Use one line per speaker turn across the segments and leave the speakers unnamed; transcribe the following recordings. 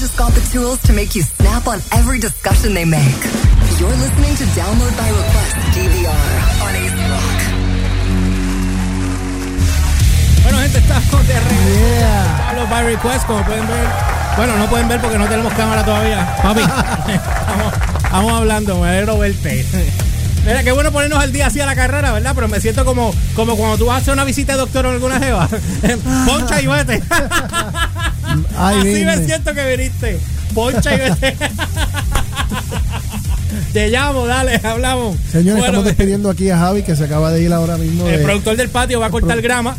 just got the tools to make you snap on every discussion they make. You're listening to Download by Request DVR on Ace Rock.
Bueno, gente, estamos de regreso. Pablo by request, como pueden ver. Bueno, no pueden ver porque no tenemos cámara todavía. Papi, estamos, estamos hablando, me alegro verte. Mira, qué bueno ponernos al día así a la carrera, ¿verdad? Pero me siento como, como cuando tú vas a hacer una visita de doctor o alguna jeva. Poncha y vete.
Ay,
así me
vine.
siento que viniste. Poncha y vete. Te llamo, dale, hablamos.
Señores,
Bueno,
estamos despidiendo aquí a Javi que se acaba de ir ahora mismo.
el
de-
productor del patio va a cortar grama.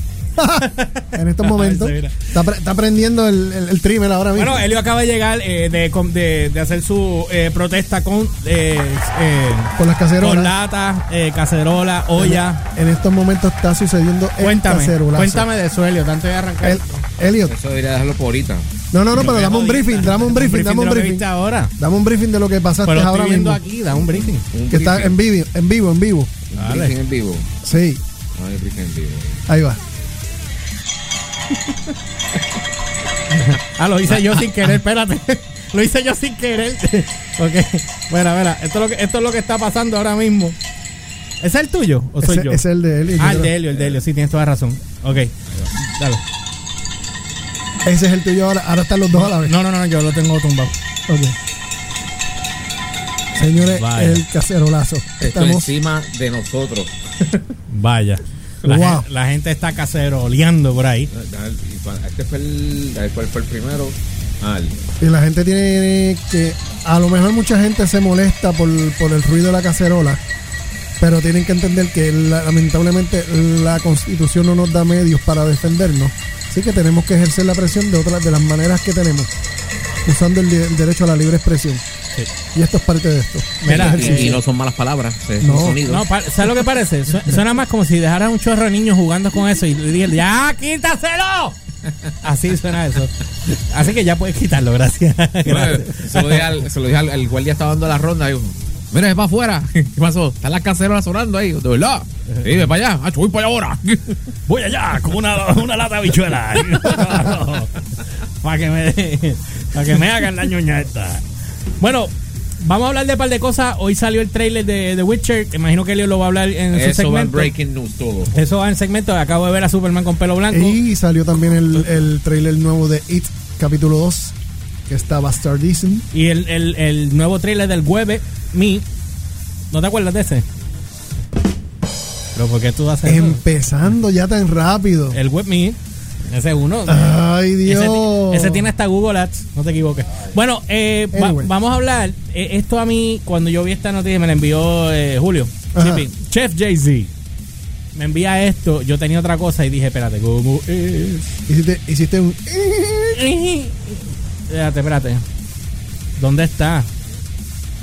en estos momentos.
Ay, mira.
está, pre- está prendiendo el, el, el trimmer ahora mismo.
Bueno, Elio acaba de llegar eh, de, com- de- de hacer su eh, protesta con eh, eh,
Con las cacerolas.
con lata, eh, cacerola, olla.
En estos momentos está sucediendo
Cuéntame,
esta cerulaza.
cuéntame de eso, Elio. Tanto de arrancar.
El- Elliot.
Eso debería dejarlo por ahorita.
No, no, no, pero
Qué
dame un
jodida.
briefing, dame un briefing, dame un
de lo que
briefing.
viste ahora.
Dame un briefing de lo que pasaste
Pero lo
ahora
estoy viendo
mismo.
aquí, da un briefing.
Un
Que está en
briefing,
vivo, en vivo, en vivo.
un
Dale.
briefing en vivo.
Sí,
No hay briefing en vivo.
ahí va.
Ah, lo hice yo sin querer, espérate. Lo hice yo sin querer. ok, mira, mira, esto es, lo que, esto es lo que está pasando ahora mismo. ¿Ese ¿Es el tuyo o soy
Ese-
yo?
ese es el de Elliot. yo
ah, el
creo.
de Elio, el de Elio, sí, tienes toda razón. Ok, dale.
Ese es el tuyo ahora. Ahora están los dos a la vez.
No, no, no, yo lo tengo tumbado.
Ok. Señores,
Vaya.
el cacerolazo.
Esto
Estamos.
encima de nosotros.
Vaya. La,
Wow.
gen- la gente está caceroleando por ahí.
Y cuando- Este fue el, ahí fue, fue el primero. Ah, el-
Y la gente tiene que. A lo mejor mucha gente se molesta por, por el ruido de la cacerola. Pero tienen que entender que la- lamentablemente la constitución no nos da medios para defendernos. Así que tenemos que ejercer la presión de otras de las maneras que tenemos. Usando el, li- el derecho a la libre expresión.
Sí.
Y esto es parte de esto.
Mira,
y,
eh,
y no son malas palabras, es
No.
un sonido.
no, pa- ¿sabes lo que parece? Su- Suena más como si dejaran un chorro de niños jugando con eso y le dijeran, ¡ya, quítaselo! Así suena eso. Así que ya puedes quitarlo, gracias.
Bueno,
Gracias.
se lo dije al, se lo dije al, al guardia estaba dando la ronda. y yo, Mira, es para afuera. ¿Qué pasó? Están las cacerolas sonando ahí. De verdad. Sí, ve para allá. Ah, voy para allá ahora.
Voy allá, como una, una lata de bichuela. para que me para que me hagan la ñoña esta. Bueno, vamos a hablar de un par de cosas. Hoy salió el trailer de The Witcher. Imagino que Leo lo va a hablar en su
Eso va en
segmento.
breaking news todo.
Eso va en segmento. Acabo de ver a Superman con pelo blanco.
Y salió también el, el trailer nuevo de It, capítulo 2, que está Bastardism.
Y el, el, el nuevo trailer del Webe, Me. ¿No te acuerdas de ese? Pero ¿por qué tú haces
Em.
eso?
Empezando ya tan rápido.
El Web Me. Ese es uno.
Ay,
Eh, Ese,
Ah, Dios.
ti- ese tiene hasta Google Ads, no te equivoques. Bueno, eh, va-
Anyway.
vamos a hablar. eh, esto a mí, cuando yo vi esta noticia, me la envió eh, Julio.
Ajá.
Chippy. Chef Jay-Z. Me envía esto. Yo tenía otra cosa y dije, espérate, ¿cómo es?
Eh, Hiciste, hiciste un. eh,
Espérate, espérate. ¿Dónde está?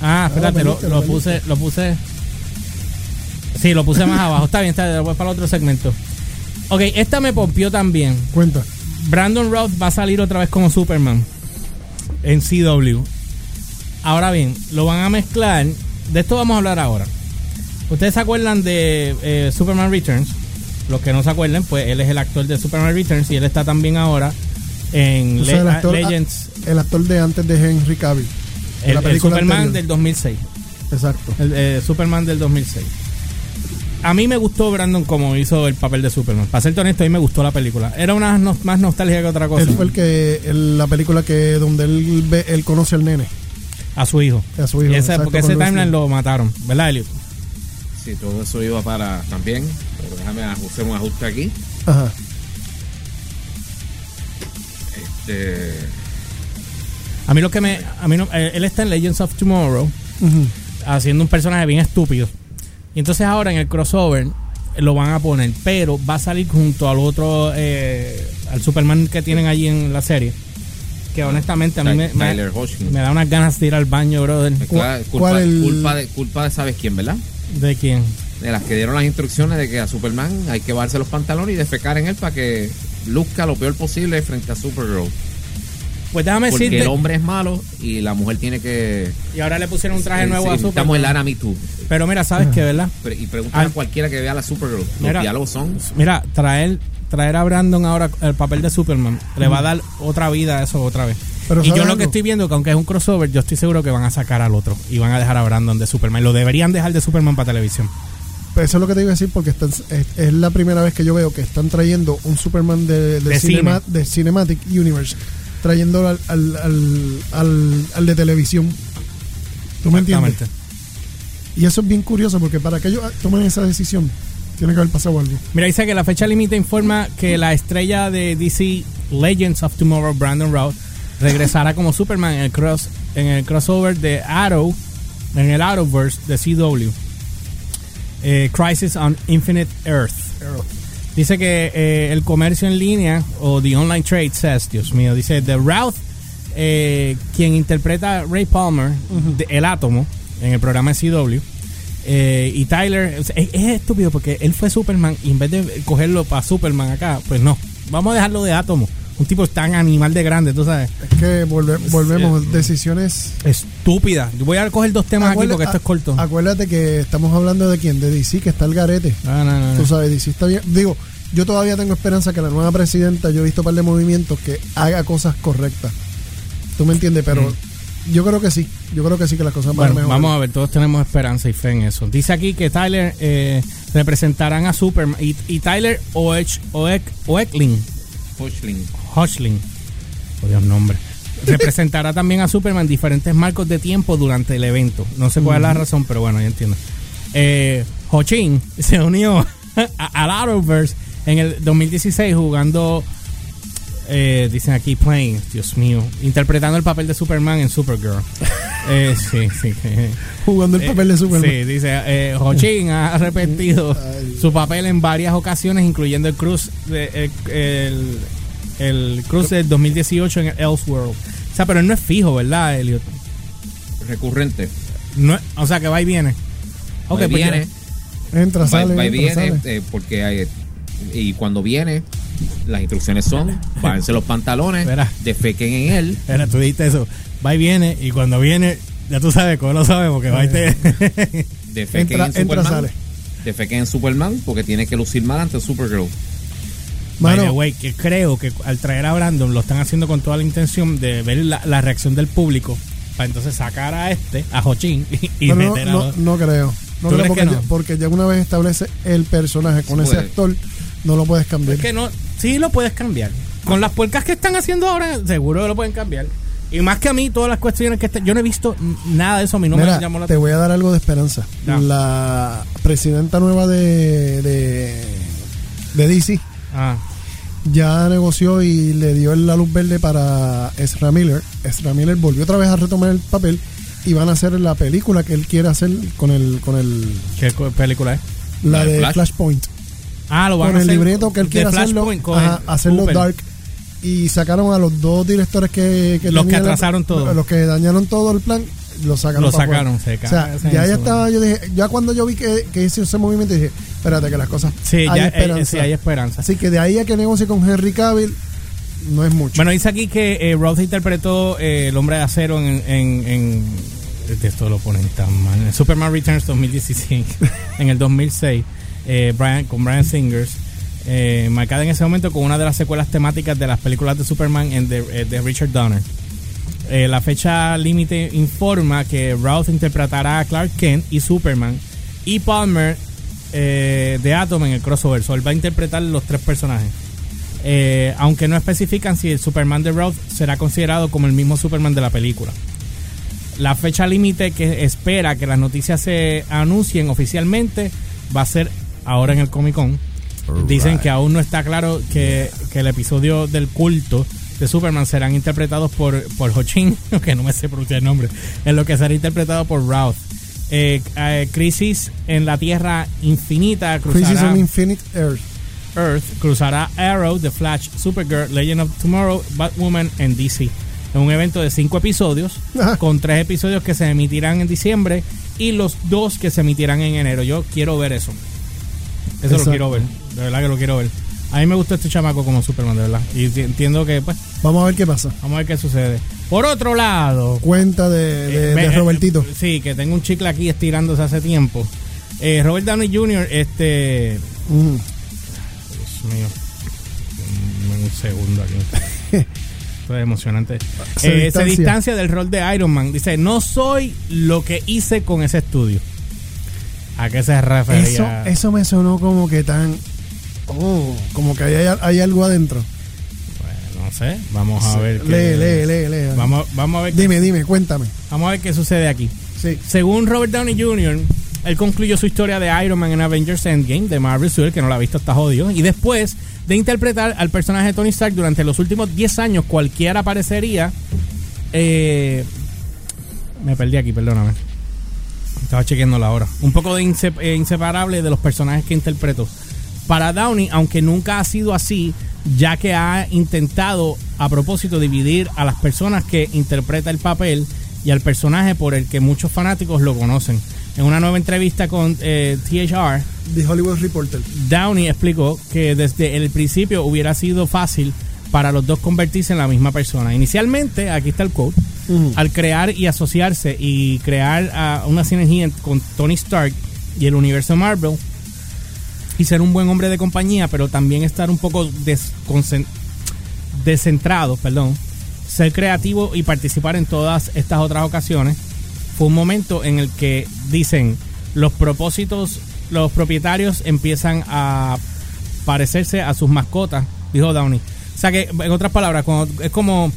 Ah, espérate, lo,
perdiste,
lo
lo
puse, lo puse. Sí, lo puse más abajo. Está bien, está bien, voy para el otro segmento. Ok, esta me pompió también.
Cuenta.
Brandon Roth va a salir otra vez como Superman en CW. Ahora bien, lo van a mezclar. De esto vamos a hablar ahora. Ustedes se acuerdan de eh, Superman Returns. Los que no se acuerden, pues él es el actor de Superman Returns y él está también ahora en Le-
O sea, Pues
ah,
el actor- ah,
Legends,
El actor de antes de Henry Cavill. de
el,
la
el
película
Superman
anterior.
del 2006.
Exacto.
El eh, Superman del 2006. A mí me gustó Brandon como hizo el papel de Superman. Para ser honesto, a mí me gustó la película. Era una no- más nostálgica que otra cosa.
Él fue el que. el- la película que donde él, ve- él conoce al nene.
A su hijo.
A su hijo,
Y ese-
exacto,
porque
con
ese
Bruce
timeline
Lee.
lo mataron, ¿verdad, Elliot?
Sí, todo eso iba para también. Pero déjame hacer un ajuste aquí.
Ajá.
Este,
A mí lo que me. A mí no- eh, él está en Legends of Tomorrow
Ujú.
haciendo un personaje bien estúpido. Y entonces ahora en el crossover lo van a poner, pero va a salir junto al otro. eh, al Superman que tienen allí en la serie. Que honestamente a mí me,
Ty-
me-
Tyler Hoechlin.
me da unas ganas de ir al baño, brother.
Claro, culpa,
cuál el-
culpa de, culpa de sabes quién, ¿verdad?
¿De quién?
De las que dieron las instrucciones de que a Superman hay que bajarse los pantalones y defecar en él para que luzca lo peor posible frente a Supergirl.
Pues déjame
Porque
decirte.
el hombre es malo y la mujer tiene que.
Y ahora le pusieron un traje
eh,
nuevo
sí,
a
Estamos en
Superman.
Lara Me Too.
Pero mira, ¿sabes
Ah.
qué, verdad?
Pre- Y preguntar
Al-
a cualquiera que vea la Supergirl. Los
Ah. Mira.
diálogos son.
Mira, traer, traer a Brandon ahora el papel de Superman le va a dar otra vida a eso otra vez.
Pero
y yo
¿sabes
lo que
algo?
estoy viendo, que aunque es un crossover, yo estoy seguro que van a sacar al otro y van a dejar a Brandon de Superman. Lo deberían dejar de Superman para televisión.
Pues eso es lo que te iba a decir porque están- es, es la primera vez que yo veo que están trayendo un Superman de, de
De
cinema-
cine.
de Cinematic Universe, trayéndolo al, al, al, al- al de televisión. ¿Tú me entiendes?
Exactamente.
Y eso es bien curioso porque para que ellos ah, tomen esa decisión, tiene que haber pasado algo.
Mira, dice que la fecha límite informa que la estrella de DC Legends of Tomorrow, Brandon Routh, regresará como Superman en el, cross, en el crossover de Arrow, en el Arrowverse de CW. Eh, Crisis on Infinite Earth. Dice que eh, el comercio en línea o the online trade says, Dios mío, dice The Routh, eh, quien interpreta a Ray Palmer, de El Átomo, en el programa CW. eh, y Tyler, o sea, es, es estúpido porque él fue Superman y en vez de cogerlo para Superman acá, pues no, vamos a dejarlo de Átomo. Un tipo tan animal de grande, tú sabes.
Es que volve- volvemos, decisiones...
Estúpida. Yo voy a coger dos temas aquí
Acuérdate-
porque esto es corto.
a- Acuérdate que estamos hablando de quién, de DC, que está el garete.
No, no, no, no.
Tú sabes, DC está bien. Digo, yo todavía tengo esperanza que la nueva presidenta, yo he visto un par de movimientos que haga cosas correctas. ¿Tú me entiendes? Pero yo creo que sí. Yo creo que sí que las cosas van
Mm. Bueno,
a mejorar.
vamos a ver, todos tenemos esperanza y fe en eso. Dice aquí que Tyler eh, representarán a Superman y, y Tyler Oech- Oek- Oekling,
Pushling.
Hochling, oh Dios nombre, representará también a Superman en diferentes marcos de tiempo durante el evento. No sé cuál es la razón, pero bueno, yo entiendo. Eh, Hochin se unió a- al Arrowverse en el 2016 jugando, eh, dicen aquí, Playing, Dios mío, interpretando el papel de Superman en Supergirl. Eh, sí, sí. sí.
Jugando el
Eh,
papel de Superman.
Sí, dice, eh, Hochin ha repetido
Ay.
su papel en varias ocasiones, incluyendo el cruz de, el, el, el cruz del 2018 en el Elseworld. O sea, pero él no es fijo, ¿verdad, Elliot?
Recurrente.
No, es- o sea, que va y viene. Ok,
Va y
pues ya-
viene.
Entra,
Va-
sale,
va y
entra,
viene,
este.
sale.
eh, porque hay- y cuando viene, las instrucciones son bájense los pantalones,
Verá.
defequen en él.
Espera, tú dijiste eso. Va y viene, y cuando viene, ya tú sabes, cómo lo sabemos, que va y te...
Defequen
Entra-
en
entra,
Superman.
sale.
Defequen en Superman porque tiene que lucir mal ante Supergirl.
By the
Mano,
way, que creo que al traer a Brandon lo están haciendo con toda la intención de ver la, la reacción del público para entonces sacar a este, a Jochín y, y
pero no,
meter a
no,
los-
no creo. No
¿Tú
creo
crees
porque,
que no? Pues,
Ya, porque ya una vez establece el personaje con
Se
ese
puede.
actor, no lo puedes cambiar.
Es que no, sí lo puedes cambiar. Con las puercas que están haciendo ahora, seguro lo pueden cambiar. Y más que a mí, todas las cuestiones que están, yo no he visto nada de eso, a mí no
Mira,
me llamó la
te
atención.
voy a dar algo de esperanza.
Ya.
La presidenta nueva de, de, de DC
Ah,
ya negoció y le dio la luz verde para Ezra Miller. Ezra Miller volvió otra vez a retomar el papel y van a hacer la película que él quiere hacer con el con el
¿qué co- película es?
la
La de
de
Flash.
Flashpoint.
Ah, lo van
Con
a
el
hacer
libreto que él
de
quiere hacerlo,
Flashpoint con
ajá,
el-
hacerlo
Cooper.
dark y sacaron a los dos directores que,
Los que
tenían la-
atrasaron todo.
Los que dañaron todo el plan, lo sacaron.
Lo
pa' fuera.
sacaron, se
O sea,
cagan en
ya, ya
eso,
estaba, yo dije, ya cuando yo vi que, que hizo ese movimiento, dije, espérate que las cosas.
Sí,
hay
ya, eh,
esperanza.
sí, hay esperanza.
Así que de ahí a que negocie con Henry Cavill, no es mucho.
Bueno, dice aquí que eh, Roth interpretó eh, el hombre de acero en. en, en el texto lo ponen tan mal. En Superman Returns 2016. en el 2006. eh, Brian, con Brian Singers. eh, marcada en ese momento con una de las secuelas temáticas de las películas de Superman en de, eh, de Richard Donner. Eh, la fecha límite informa que Roth interpretará a Clark Kent y Superman y Palmer eh, de Atom en el crossover. So, él va a interpretar los tres personajes. Eh, aunque no especifican si el Superman de Roth será considerado como el mismo Superman de la película. La fecha límite que espera que las noticias se anuncien oficialmente va a ser ahora en el Comic Con. Dicen que aún no está claro que, que el episodio del culto de Superman serán interpretados por, por Hochin, que no me sé pronunciar el nombre, en lo que será interpretado por Routh. Eh, eh, crisis en la Tierra Infinita cruzará
Crisis on Infinite Earth.
Earth cruzará Arrow, The Flash, Supergirl, Legend of Tomorrow, Batwoman en DC. En un evento de cinco episodios,
Ajá.
con tres episodios que se emitirán en diciembre y los dos que se emitirán en enero. Yo quiero ver eso. Eso
Exacto.
lo quiero ver. De verdad que lo quiero ver. A mí me gusta este chamaco como Superman, de verdad. Y ti- entiendo que, pues,
Vamos a ver qué pasa.
vamos a ver qué sucede. Por otro lado,
Cuenta de, de-
eh,
de
me- eh,
Robertito.
sí, que tengo un chicle aquí estirándose hace tiempo. Eh, Robert Downey Jr., este.
Mm.
Dios mío. Un, un segundo aquí. Esto es emocionante.
Se
Eh,
distancia.
se distancia del rol de Iron Man. Dice, no soy lo que hice con ese estudio. ¿A qué se refería?
Eso, eso me sonó como que tan. Oh, como que hay, hay algo adentro.
Bueno, Pues, no sé. Vamos a ver. qué-
Lee, lee, lee, lee.
Vamos, vamos a ver qué-
Dime, dime, cuéntame.
vamos a ver qué sucede aquí.
Sí.
Según Robert Downey Jr., él concluyó su historia de Iron Man en Avengers Endgame de Marvel Studios, que no la ha visto hasta jodido, y después de interpretar al personaje de Tony Stark durante los últimos 10 años, cualquiera aparecería. eh, me perdí aquí, perdóname. Estaba chequeando la hora. Un poco de inse- eh, inseparable de los personajes que interpretó. Para Downey, aunque nunca ha sido así, ya que ha intentado a propósito dividir a las personas que interpreta el papel y al personaje por el que muchos fanáticos lo conocen. En una nueva entrevista con eh, THR,
The Hollywood Reporter.
Downey explicó que desde el principio hubiera sido fácil para los dos convertirse en la misma persona. Inicialmente, aquí está el quote,
Ujú.
al crear y asociarse y crear ah, una sinergia en- con Tony Stark y el universo Marvel y ser un buen hombre de compañía, pero también estar un poco desconcen- descentrado, perdón, ser creativo y participar en todas estas otras ocasiones. Fue un momento en el que dicen los propósitos, los propietarios empiezan a parecerse a sus mascotas, dijo Downey. O sea que, en otras palabras, cuando- es como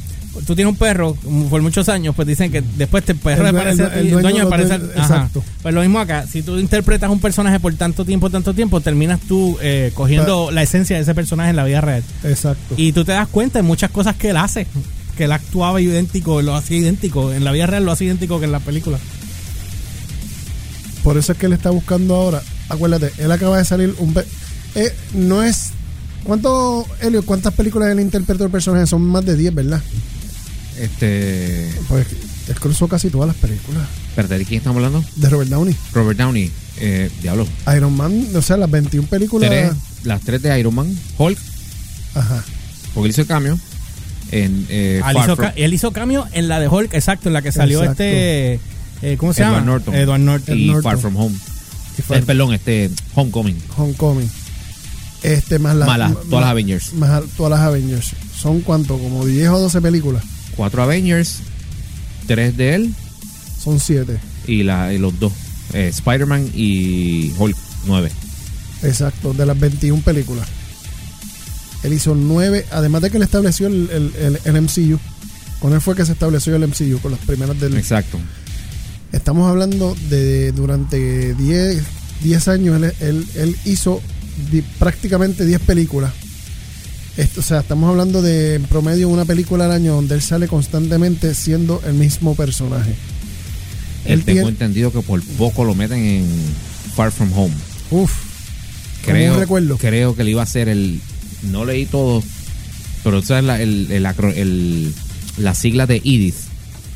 tú tienes un perro como por muchos años, pues dicen que después te perro
El
le
due-
parece a
el
ti,
due-
el
el dueño
dueño le
del
parece a-
hotel,
ajá.
exacto.
Pues lo mismo acá, si tú interpretas un personaje por tanto tiempo, tanto tiempo, terminas tú eh, cogiendo la esencia de ese personaje en la vida real.
Exacto.
Y tú te das cuenta de muchas cosas que él hace, que él actuaba idéntico, lo hacía idéntico, en la vida real lo hacía idéntico que en la película.
Por eso es que él está buscando ahora. Acuérdate, él acaba de salir un. pe- Eh, no es. ¿Cuánto, Elio, cuántas películas él interpretó el personaje? Son más de 10, ¿verdad?
Este.
Pues él cruzó casi todas las películas
Espérate, ¿de quién estamos hablando?
de Robert Downey.
Robert Downey. Eh, diablo.
Iron Man, o sea, las 21 películas.
Tres, las tres de Iron Man. Hulk,
Ajá.
porque él hizo el cambio. En, eh,
Él
Far
hizo,
From-
ca- él hizo cambio en la de Hulk, exacto, en la que salió
Exacto.
este... eh, ¿Cómo se
Edward
llama?
Norton.
Edward Norton.
y
Norton.
Far From Home.
Y fue
Eh, perdón, este Homecoming.
Homecoming. Este, más las.
Más las-
ma-
todas las Avengers.
Más al- todas las Avengers. Son cuánto, como 10 o 12 películas.
Cuatro Avengers, tres de él
Son 7.
y, la, y los dos. eh, Spider-Man y Hulk, nueve.
Exacto, de las 21 películas. Él hizo 9, además de que él estableció el, el- el- el MCU. Con él fue que se estableció el MCU, con las primeras del...
Exacto.
Estamos hablando de durante 10, 10 años, él, él- él hizo di- prácticamente 10 películas. Esto, o sea, estamos hablando de en promedio una película al año donde él sale constantemente siendo el mismo personaje. Él
Él tengo
tiene-
entendido que por poco lo meten en Far From Home.
Uf, como
Creo,
un recuerdo.
creo que le iba a hacer el. No leí todo, pero ¿sabes la, el, el acro- el- la sigla de Edith?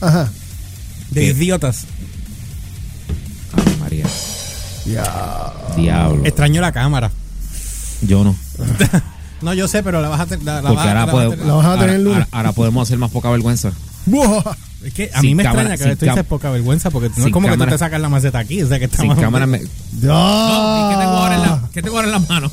Ajá.
De
¿Qué?
idiotas.
Ave María.
Ya.
Diablo.
Extraño la cámara.
Yo no.
No, yo sé, pero la vas a tener. La, la vas
Porque
a- la
ahora,
vas a
podemos-
tener-
la vas a
ahora-
tener lunes.
ahora- ahora podemos hacer más poca vergüenza.
Buah.
Es que a
Sin
mí me
cámara,
extraña que
sin
tú dices
cam-
poca vergüenza porque no es
sin
como que
cámara.
tú te sacas la maceta aquí. O sea, que
Sin
estamos.
cámara. me-
Ya.
No, ¿y ¿qué tengo ahora en
Ah.
la, qué tengo ahora en las manos?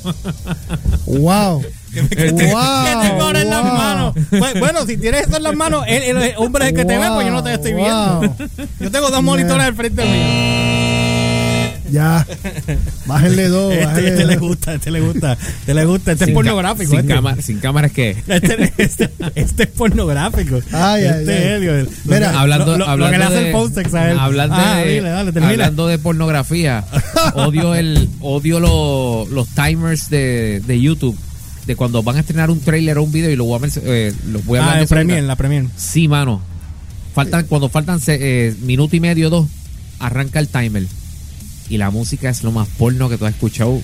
Wow.
¿Qué tengo ahora en las
wow.
manos? Pues, bueno, si tienes eso en las manos, el, el hombre es el que te ve, pues yo no te estoy viendo.
Wow.
Yo tengo dos monitores al frente mío.
Ya. Bájenle dos.
Este,
bájenle
este le
dos.
gusta, este le gusta. Este le gusta, este
Sin
es
ca-
pornográfico.
Sin,
este.
cámara, sin cámara es que.
Este, este- este es pornográfico.
Ay, ay,
este
ay.
es Elio. Lo
Mira,
que-
hablando,
lo- lo,
hablando
lo que le hace
de-
el post a él.
Hablando,
Ah,
de,
dile, dale, termina.
hablando de pornografía, odio el odio lo- los timers de, de YouTube de cuando van a estrenar un trailer o un video y lo voy a, men- eh, lo voy a hablar
Ah,
de
en
eso ahorita.
Premiere, la Premiere.
Sí, mano. Faltan, cuando faltan se- eh, minuto y medio, dos, arranca el timer. Y la música es lo más porno que tú has escuchado.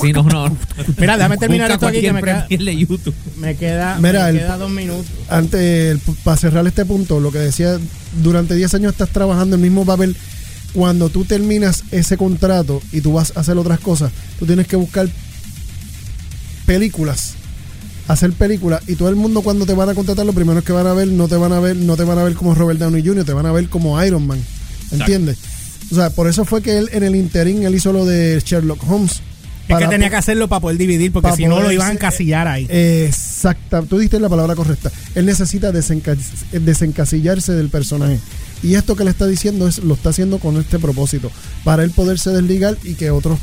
Sí, no, no.
Mira, déjame terminar
Busca
esto aquí que me
cualquier
queda,
premiere de YouTube.
me queda,
Mira,
me
el-
queda dos minutos.
Antes, para cerrar este punto, lo que decía, durante 10 años estás trabajando el mismo papel. Cuando tú terminas ese contrato y tú vas a hacer otras cosas, tú tienes que buscar películas, hacer películas. Y todo el mundo cuando te van a contratar, lo primero es que van a ver, no te van a ver, no te van a ver como Robert Downey Jr., te van a ver como Iron Man. ¿Entiendes? O sea, por eso fue que él en el interín, él hizo lo de Sherlock Holmes.
Es que
Para-
tenía que hacerlo para poder dividir, porque
para
si no lo
poder Eh,
iban a
ser-
encasillar ahí.
Exacto. exacta, tú diste la palabra correcta. Él necesita desenca- desencasillarse del personaje. Y esto que le está diciendo es lo está haciendo con este propósito, para él poderse desligar y que otros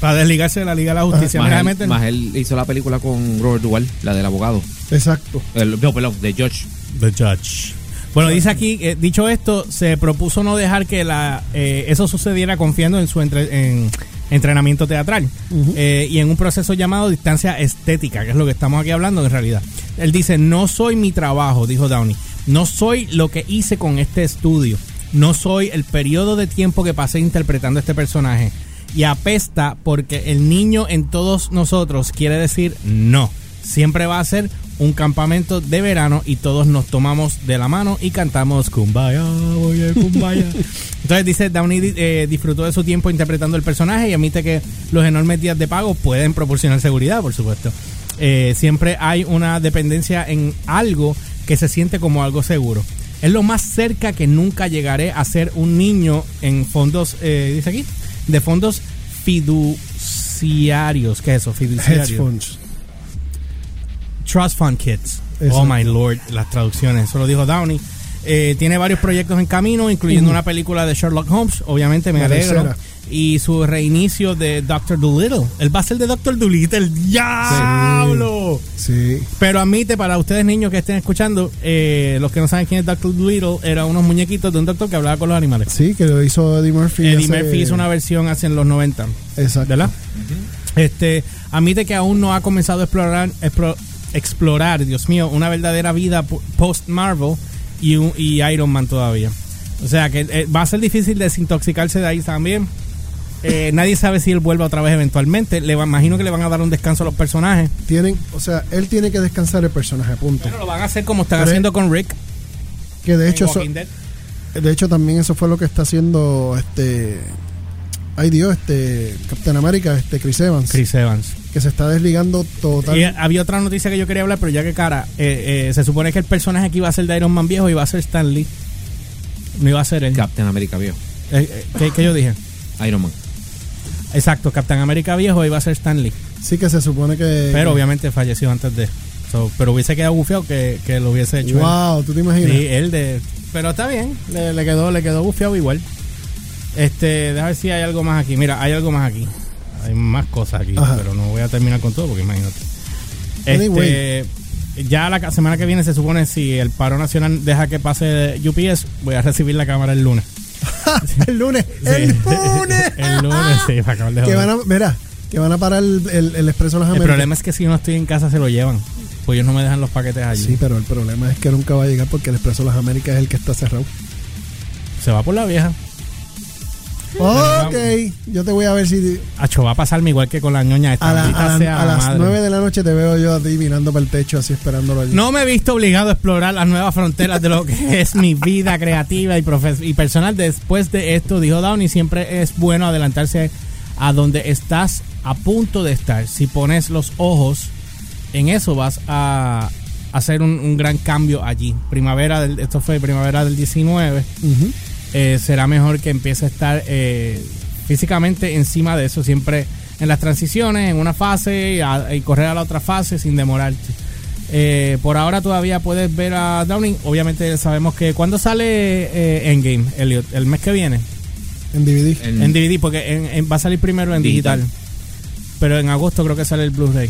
Para desligarse de la Liga de la Justicia.
Más
Realmente
él, más él hizo la película con Robert Duvall, la del abogado.
Exacto.
El- no, perdón, de George.
The Judge. Bueno, dice aquí, eh, dicho esto, se propuso no dejar que la, eh, eso sucediera confiando en su entre- en entrenamiento teatral eh, y en un proceso llamado distancia estética, que es lo que estamos aquí hablando en realidad. Él dice, no soy mi trabajo, dijo Downey, no soy lo que hice con este estudio, no soy el periodo de tiempo que pasé interpretando a este personaje y apesta porque el niño en todos nosotros quiere decir no. Siempre va a ser un campamento de verano y todos nos tomamos de la mano y cantamos Kumbaya, oye, Kumbaya. Entonces dice, Downey di- eh, disfrutó de su tiempo interpretando el personaje y admite que los enormes días de pago pueden proporcionar seguridad, por supuesto. Eh, siempre hay una dependencia en algo que se siente como algo seguro. Es lo más cerca que nunca llegaré a ser un niño en fondos, eh, dice aquí, de fondos fiduciarios. ¿Qué es eso?
Hedge
Fiduciarios.
funds.
Trust Fund Kids.
Exacto.
Oh my lord, las traducciones. Eso lo dijo Downey. Eh, tiene varios proyectos en camino, incluyendo una película de Sherlock Holmes. Obviamente me
La
alegro.
tercera.
Y su reinicio de Doctor Dolittle. Él va a ser de Doctor Dolittle. ¡Diablo!
Sí.
Pero admite para ustedes niños que estén escuchando, eh, los que no saben quién es Doctor Dolittle, eran unos muñequitos de un doctor que hablaba con los animales.
Sí, que lo hizo Eddie Murphy.
Eddie
hace-
Murphy hizo una versión hace en los 90.
Exacto.
¿verdad? Este, admite que aún no ha comenzado a explorar, explo- explorar, Dios mío, una verdadera vida post Marvel y, un- y Iron Man todavía. O sea que eh, va a ser difícil desintoxicarse de ahí también. Eh, nadie sabe si él vuelve otra vez eventualmente. Le va- imagino que le van a dar un descanso a los personajes.
Tienen, o sea, él tiene que descansar el personaje, punto.
Pero lo van a hacer como están
Pero-
haciendo con Rick.
Que de hecho,
en
eso,
Walking Dead.
de hecho también eso fue lo que está haciendo este, ay Dios, este Captain América, este Chris Evans,
Chris Evans.
que se está desligando
Y eh,
totalmente.
había otra noticia que yo quería hablar, pero ya que cara, eh, eh, se supone que el personaje que iba a ser de Iron Man viejo iba a ser Stan Lee. No iba a ser él.
Captain America viejo.
Eh, eh, ¿qué, qué yo dije?
Iron Man.
Exacto, Capitán América viejo iba a ser Stanley.
Sí que se supone que.
Pero obviamente falleció antes de. so, pero hubiese quedado bufeado que, que lo hubiese hecho
Wow, tú te
él.
imaginas.
Sí, él de. Pero está bien, le, le quedó, le quedó bufeado igual. Este, déjame ver si hay algo más aquí. Mira, hay algo más aquí. Hay más cosas aquí,
Ajá.
pero no voy a terminar con todo porque imagínate. Este,
Anyway.
Ya la ca- semana que viene se supone si el paro nacional deja que pase UPS, voy a recibir la cámara el lunes.
el lunes,
Sí.
el lunes,
el lunes, sí, para acabar de
que
joder.
van a, mira, que van a parar el, el, el expreso de las
El
Américas.
problema es que si no estoy en casa se lo llevan. Pues ellos no me dejan los paquetes allí.
Sí, pero el problema es que nunca va a llegar porque el expreso de las Américas es el que está cerrado.
Se va por la vieja.
Ok, yo te voy a ver si
Acho, va a pasarme igual que con la ñoña esta.
a, la-
maldita
a la-
sea
a las
madre.
9 de la noche te veo yo a ti mirando para el techo así esperándolo allí.
No me he visto obligado a explorar las nuevas fronteras de lo que es mi vida creativa y, profe- y personal. Después de esto, dijo Downey, siempre es bueno adelantarse a donde estás a punto de estar. Si pones los ojos en eso, vas a hacer un, un gran cambio allí. Primavera, del, esto fue primavera del 19.
Ujú.
eh, será mejor que empiece a estar eh, físicamente encima de eso, siempre en las transiciones, en una fase y, a- y correr a la otra fase sin demorarte. Eh, por ahora todavía puedes ver a Downing. Obviamente sabemos que cuando sale eh, Endgame, Elliot, el mes que viene,
En DVD.
En-
en DVD, porque en- en- va a salir primero en digital.
Digital.
Pero en agosto creo que sale el Blu-ray.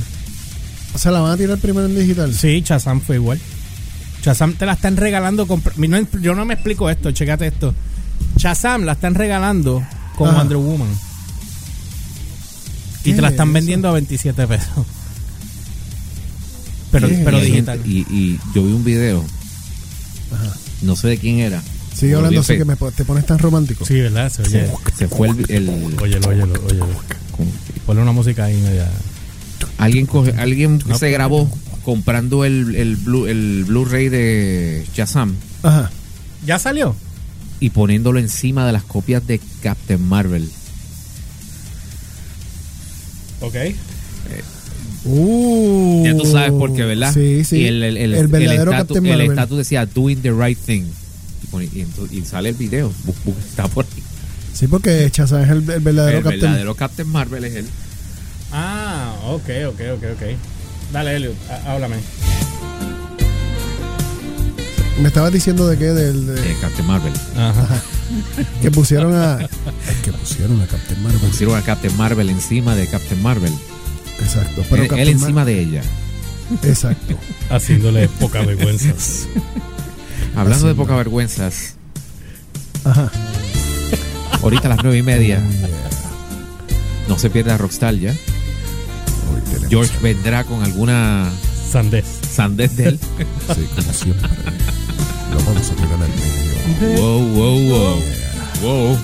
O sea, la van a tirar primero en digital.
Sí, Chazam fue igual. Chazam te la están regalando. con- no, yo no me explico esto, checate esto. Chazam la están regalando con
Ajá.
Wonder Woman. Y
¿Qué
te la
es
están
eso?
vendiendo a 27 pesos. Pero,
¿Qué es
pero
y, hay
digital.
gente- y, y yo vi un video,
Ajá.
no sé de quién era.
Sigue
Lo vi
hablando
en
así que
Facebook.
me po- te pones tan romántico.
Sí, ¿verdad? Se oye.
Se fue el... el-
Óyelo, óyelo, óyelo.
con-
Ponle una música ahí media.
alguien coge- alguien se grabó comprando el, el, Blu- el Blu-ray de Shazam
Ajá.
¿Ya salió?
y poniéndolo encima de las copias de Captain Marvel.
Ok.
Uh,
Ya tú sabes por qué, ¿verdad?
Sí, sí.
Y el, el, el,
El verdadero
el
Captain
estatus el
Marvel.
estatus decía doing the right thing. Y, pone- y ento- y sale el video. Bu- bu- Está por ahí.
Sí, porque Chazán es el, el verdadero
el
Captain.
verdadero Captain Marvel es él.
Ah, ok, ok, ok, ok. Dale, Eliud, há- háblame.
Me estabas diciendo de qué, del, de-
Eh, Captain Marvel.
que pusieron a. es que pusieron a Captain Marvel.
Pusieron a Captain Marvel encima de Captain Marvel. Eh,
Exacto. Pero
Él, él
Captain
encima de ella.
Mar- Exacto.
Haciéndole poca vergüenza.
Hablando de poca vergüenzas.
Ajá.
Ahorita a las nueve y media. No se pierda Rockstar ya.
Hoy tenemos-
George vendrá con alguna
Sandés.
sandez de él.
Sí, como siempre. Lo vamos a tirar al medio.
wow, wow, wow. Wow.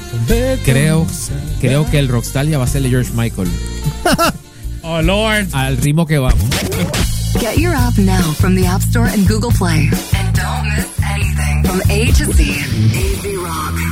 Creo, creo que el Rockstar ya va a ser de George Michael.
Oh, Lord.
Al ritmo que vamos.
Get your app now from the App Store and Google Play. And don't miss anything from A to Z. AZ Rock.